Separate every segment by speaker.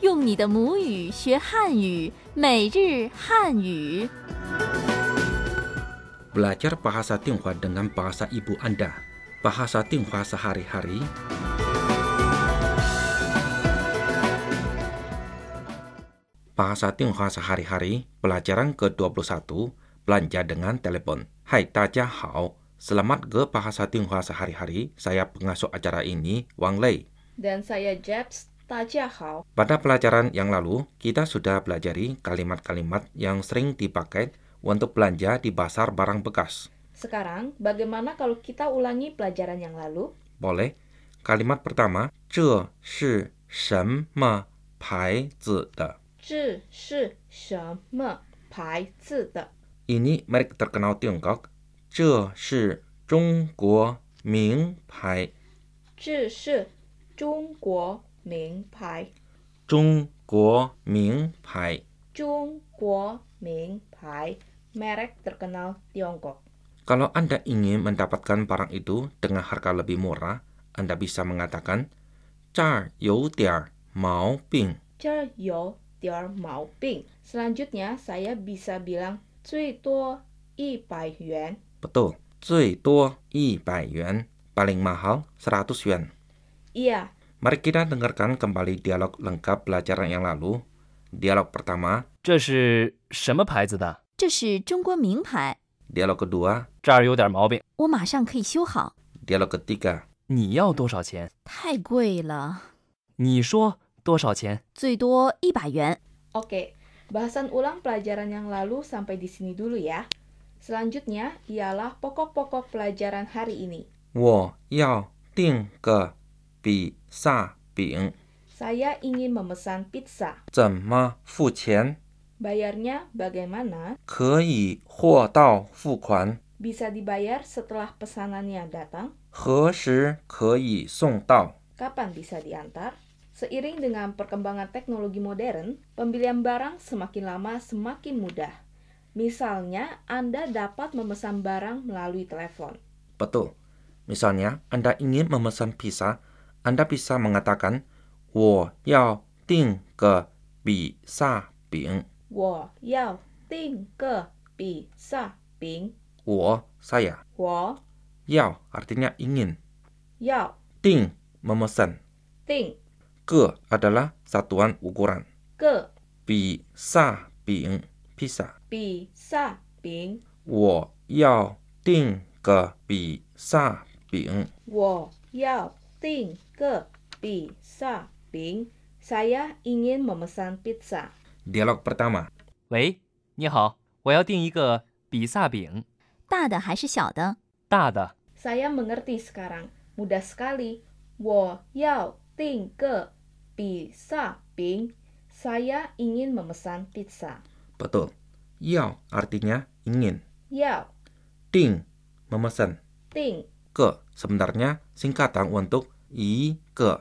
Speaker 1: 用你的母语学汉语，每日汉语。
Speaker 2: Belajar bahasa Tionghoa dengan bahasa ibu Anda. Bahasa Tionghoa sehari-hari. 巴萨电话 sehari-hari pelajaran ke-21 belanja dengan telepon. Hai, Taja Hao. Selamat ke bahasa Tionghoa sehari-hari. Saya pengasuh acara ini, Wang Lei.
Speaker 3: Dan saya Jeps, Hao.
Speaker 2: Pada pelajaran yang lalu, kita sudah pelajari kalimat-kalimat yang sering dipakai untuk belanja di pasar barang bekas.
Speaker 3: Sekarang, bagaimana kalau kita ulangi pelajaran yang lalu?
Speaker 2: Boleh. Kalimat pertama, 这是什么牌子的？
Speaker 3: 这是什么牌子的？
Speaker 2: Ini merek terkenal Tiongkok. 这是中国名牌。
Speaker 3: 这是中国名牌。
Speaker 2: 中国名牌。
Speaker 3: 中国名牌，merek terkenal Tiongkok.
Speaker 2: Kalau Anda ingin mendapatkan barang itu dengan harga lebih murah, Anda bisa mengatakan, 这儿有点儿毛病。
Speaker 3: 这儿有点儿毛病。Selanjutnya saya bisa bilang 最多一百元，
Speaker 2: Betul. 最多100 yuan. Paling mahal 100 yuan.
Speaker 3: iya
Speaker 2: Mari kita dengarkan kembali dialog lengkap pelajaran yang lalu. Dialog pertama,
Speaker 4: 这是什么牌子的？
Speaker 1: 这是中国名牌，
Speaker 2: dialog kedua,
Speaker 4: 这儿有点毛病。
Speaker 1: 我马上可以修好。
Speaker 2: dialog ketiga,
Speaker 4: 你要多少钱？
Speaker 1: 太贵了，
Speaker 4: 你说多少钱？
Speaker 1: 最多一百元。
Speaker 3: Oke, bahasan ulang pelajaran yang lalu sampai di sini dulu ya. Selanjutnya ialah pokok-pokok pelajaran hari ini.
Speaker 2: 我要订个比萨饼，
Speaker 3: Saya ingin memesan pizza.
Speaker 2: 怎么付钱？
Speaker 3: Bayarnya bagaimana?
Speaker 2: 可以货到付款，
Speaker 3: Bisa dibayar setelah pesanannya datang?
Speaker 2: 何时可以送到？
Speaker 3: Kapan bisa diantar? Seiring dengan perkembangan teknologi modern, pembelian barang semakin lama semakin mudah. Misalnya, Anda dapat memesan barang melalui telepon.
Speaker 2: Betul. Misalnya, Anda ingin memesan pizza, Anda bisa mengatakan 我要订个比萨饼.
Speaker 3: 我要订个比萨饼。
Speaker 2: 我 saya
Speaker 3: 我
Speaker 2: 要 artinya ingin.
Speaker 3: 要
Speaker 2: Ting memesan.
Speaker 3: 订
Speaker 2: Ke adalah satuan ukuran.
Speaker 3: 个
Speaker 2: Bisa bing pizza.
Speaker 3: 比萨饼。
Speaker 2: 我要订个比萨饼。
Speaker 3: 我要订个比萨饼。Saya ingin memesan pizza.
Speaker 2: Dialog pertama.
Speaker 4: 喂，你好，我要订一个比萨饼，
Speaker 1: 大的还是小的？
Speaker 4: 大的。
Speaker 3: Saya mengerti sekarang. Mudah sekali. 我要订个比萨饼。Saya ingin memesan pizza.
Speaker 2: Betul. Yao artinya ingin.
Speaker 3: 要
Speaker 2: Ting memesan.
Speaker 3: 订
Speaker 2: ke sebenarnya singkatan untuk i ke.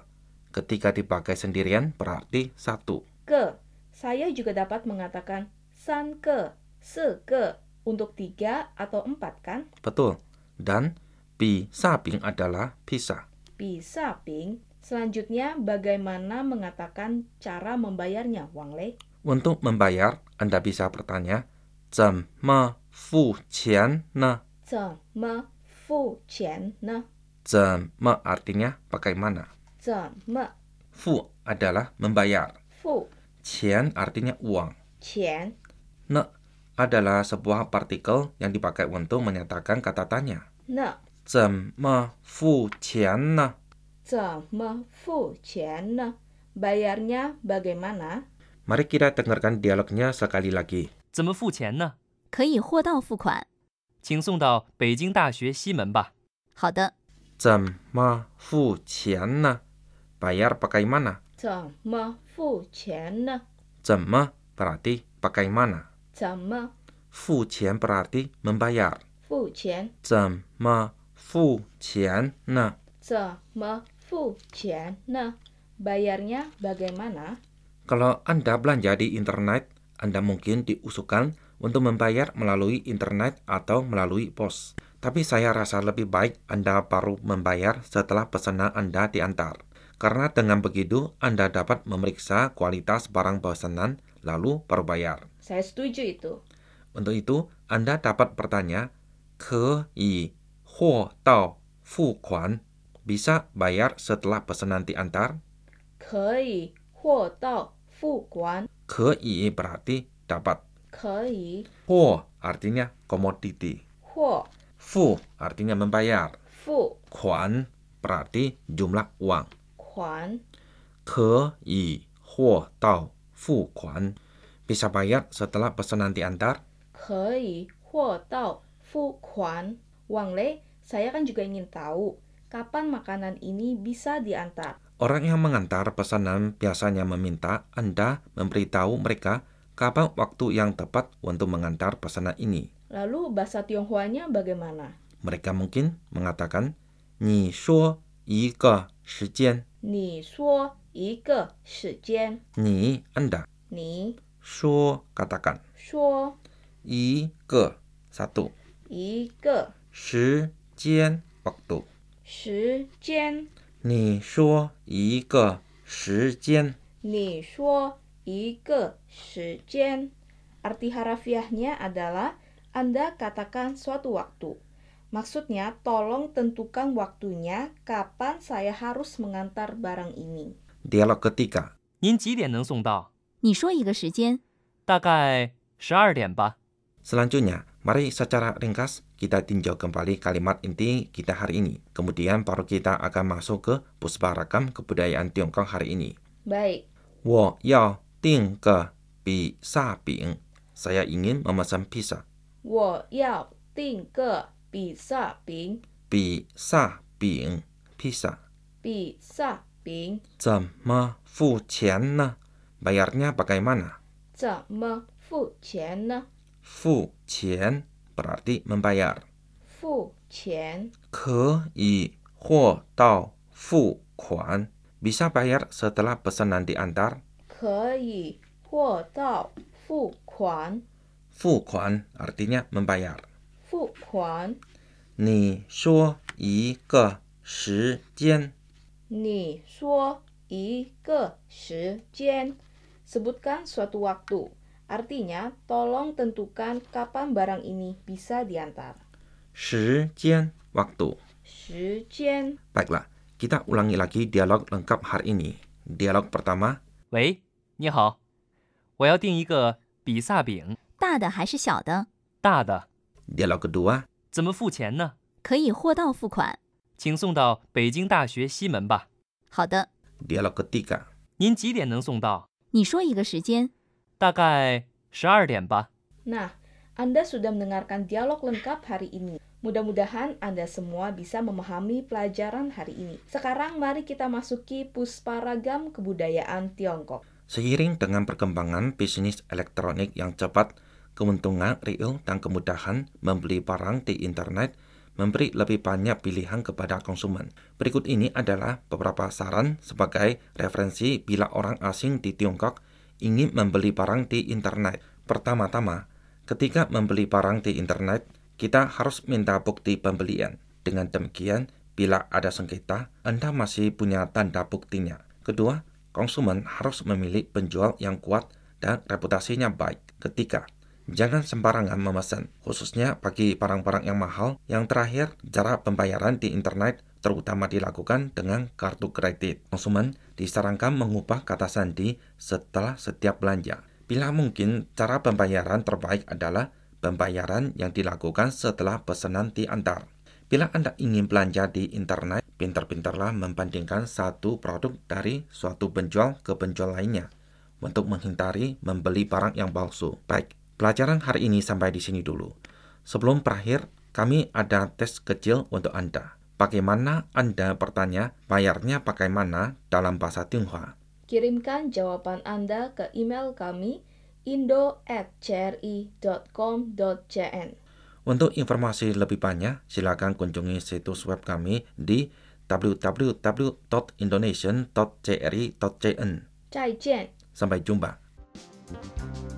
Speaker 2: Ketika dipakai sendirian berarti satu.
Speaker 3: ke. Saya juga dapat mengatakan san ke, se ke untuk tiga atau empat kan?
Speaker 2: Betul. Dan bi sabing adalah bisa.
Speaker 3: Bisa, Ping. Selanjutnya, bagaimana mengatakan cara membayarnya, Wang Lei?
Speaker 2: Untuk membayar, Anda bisa bertanya, 怎么付钱呢?
Speaker 3: Zeme fu qian ne?
Speaker 2: 怎么 artinya bagaimana.
Speaker 3: Zeme
Speaker 2: Fu adalah membayar.
Speaker 3: fu
Speaker 2: Qian artinya uang.
Speaker 3: qian.
Speaker 2: Ne adalah sebuah partikel yang dipakai untuk menyatakan kata tanya.
Speaker 3: Ne,
Speaker 2: 怎么付钱呢?
Speaker 3: zeme fu qian ne? Bayarnya bagaimana?
Speaker 2: Mari kita dengarkan dialognya sekali lagi.
Speaker 4: 怎么付钱呢？
Speaker 1: 可以货到付款。
Speaker 4: 请送到北京大学西门吧。
Speaker 1: 好的，
Speaker 2: 怎么付钱呢? Bayar pakai mana?
Speaker 3: Zeme fu qian ne?
Speaker 2: 怎么 berarti pakai mana?
Speaker 3: Zeme
Speaker 2: 付钱 berarti membayar.
Speaker 3: fu qian.
Speaker 2: 怎么付钱呢?
Speaker 3: Zeme fu qian ne? Bayarnya bagaimana?
Speaker 2: Kalau Anda belanja di internet, Anda mungkin diusulkan untuk membayar melalui internet atau melalui pos. Tapi saya rasa lebih baik Anda baru membayar setelah pesanan Anda diantar. Karena dengan begitu, Anda dapat memeriksa kualitas barang pesanan lalu baru bayar.
Speaker 3: Saya setuju itu.
Speaker 2: Untuk itu, Anda dapat bertanya, 可以货到付款 bisa bayar setelah pesanan diantar?
Speaker 3: 可以货到付款，
Speaker 2: 可以 berarti dapat.
Speaker 3: 可以
Speaker 2: Ho artinya komoditi.
Speaker 3: 或
Speaker 2: Fu artinya membayar.
Speaker 3: 付
Speaker 2: Kuan berarti jumlah uang.
Speaker 3: 款
Speaker 2: 可以货到付款 bisa bayar setelah pesanan diantar?
Speaker 3: 可以货到付款。Wang Le, saya kan juga ingin tahu kapan makanan ini bisa diantar.
Speaker 2: Orang yang mengantar pesanan biasanya meminta Anda memberitahu mereka kapan waktu yang tepat untuk mengantar pesanan ini.
Speaker 3: Lalu bahasa Tionghoanya bagaimana?
Speaker 2: Mereka mungkin mengatakan, 你说一个时间,
Speaker 3: 你说一个时间，
Speaker 2: 你 Anda,
Speaker 3: 你
Speaker 2: 说 katakan,
Speaker 3: 说
Speaker 2: 一个 satu,
Speaker 3: 一个
Speaker 2: 时间 waktu.
Speaker 3: 时间，
Speaker 2: 你说一个时间
Speaker 3: 你说一个时间。Arti harafiahnya adalah Anda katakan suatu waktu. Maksudnya, tolong tentukan waktunya kapan saya harus mengantar barang ini.
Speaker 2: dialog ketiga.
Speaker 4: 您几点能送到？
Speaker 1: 你说一个时间，
Speaker 4: 大概十二点吧。
Speaker 2: Selanjutnya, mari secara ringkas kita tinjau kembali kalimat inti kita hari ini. Kemudian baru kita akan masuk ke puspa rakam kebudayaan Tiongkok hari ini.
Speaker 3: Baik,
Speaker 2: 我要订个比萨饼. Saya ingin memesan pizza.
Speaker 3: 我要订个比萨饼，
Speaker 2: Bisa bing. Pizza.
Speaker 3: 比萨饼
Speaker 2: 怎么付钱呢? Bayarnya bagaimana?
Speaker 3: 怎么付钱呢？
Speaker 2: 付钱 berarti membayar.
Speaker 3: 付钱
Speaker 2: 可以货到付款 bisa bayar setelah pesanan diantar.
Speaker 3: 可以货到付款，
Speaker 2: 付款 artinya membayar.
Speaker 3: 付款。
Speaker 2: 你说一个时间
Speaker 3: 你说一个时间，sebutkan suatu waktu. Artinya, tolong tentukan kapan barang ini bisa diantar.
Speaker 2: 时间 waktu.
Speaker 3: 时间，
Speaker 2: Baiklah, kita ulangi lagi dialog lengkap hari ini. Dialog pertama,
Speaker 4: 喂，你好，我要订一个比萨饼，
Speaker 1: 大的还是小的，
Speaker 4: 大的，
Speaker 2: dialog kedua,
Speaker 4: 怎么付钱呢？
Speaker 1: 可以货到付款。
Speaker 4: 请送到北京大学西门吧。
Speaker 1: 好的，
Speaker 2: dialog ketiga,
Speaker 4: 您几点能送到？
Speaker 1: 你说一个时间，
Speaker 4: 大概十二点吧。
Speaker 3: Nah, Anda sudah mendengarkan dialog lengkap hari ini. Mudah-mudahan Anda semua bisa memahami pelajaran hari ini. Sekarang mari kita masuki pusparagam kebudayaan Tiongkok.
Speaker 2: Seiring dengan perkembangan bisnis elektronik yang cepat, keuntungan real dan kemudahan membeli barang di internet memberi lebih banyak pilihan kepada konsumen. Berikut ini adalah beberapa saran sebagai referensi bila orang asing di Tiongkok ingin membeli barang di internet. Pertama-tama, ketika membeli barang di internet, kita harus minta bukti pembelian. Dengan demikian, bila ada sengketa, Anda masih punya tanda buktinya. Kedua, konsumen harus memilih penjual yang kuat dan reputasinya baik. Ketiga, jangan sembarangan memesan, khususnya bagi barang-barang yang mahal. Yang terakhir, cara pembayaran di internet terutama dilakukan dengan kartu kredit. Konsumen disarankan mengubah kata sandi setelah setiap belanja. Bila mungkin, cara pembayaran terbaik adalah pembayaran yang dilakukan setelah pesanan diantar. Bila Anda ingin belanja di internet, pintar-pintarlah membandingkan satu produk dari suatu penjual ke penjual lainnya untuk menghindari membeli barang yang palsu. Baik, pelajaran hari ini sampai di sini dulu. Sebelum berakhir, kami ada tes kecil untuk Anda. Bagaimana Anda bertanya bayarnya pakai mana dalam bahasa Tionghoa?
Speaker 3: Kirimkan jawaban Anda ke email kami indo@cri.com.cn.
Speaker 2: Untuk informasi lebih banyak, silakan kunjungi situs web kami di www.indonesian.cri.cn.
Speaker 3: 再见。
Speaker 2: Sampai jumpa.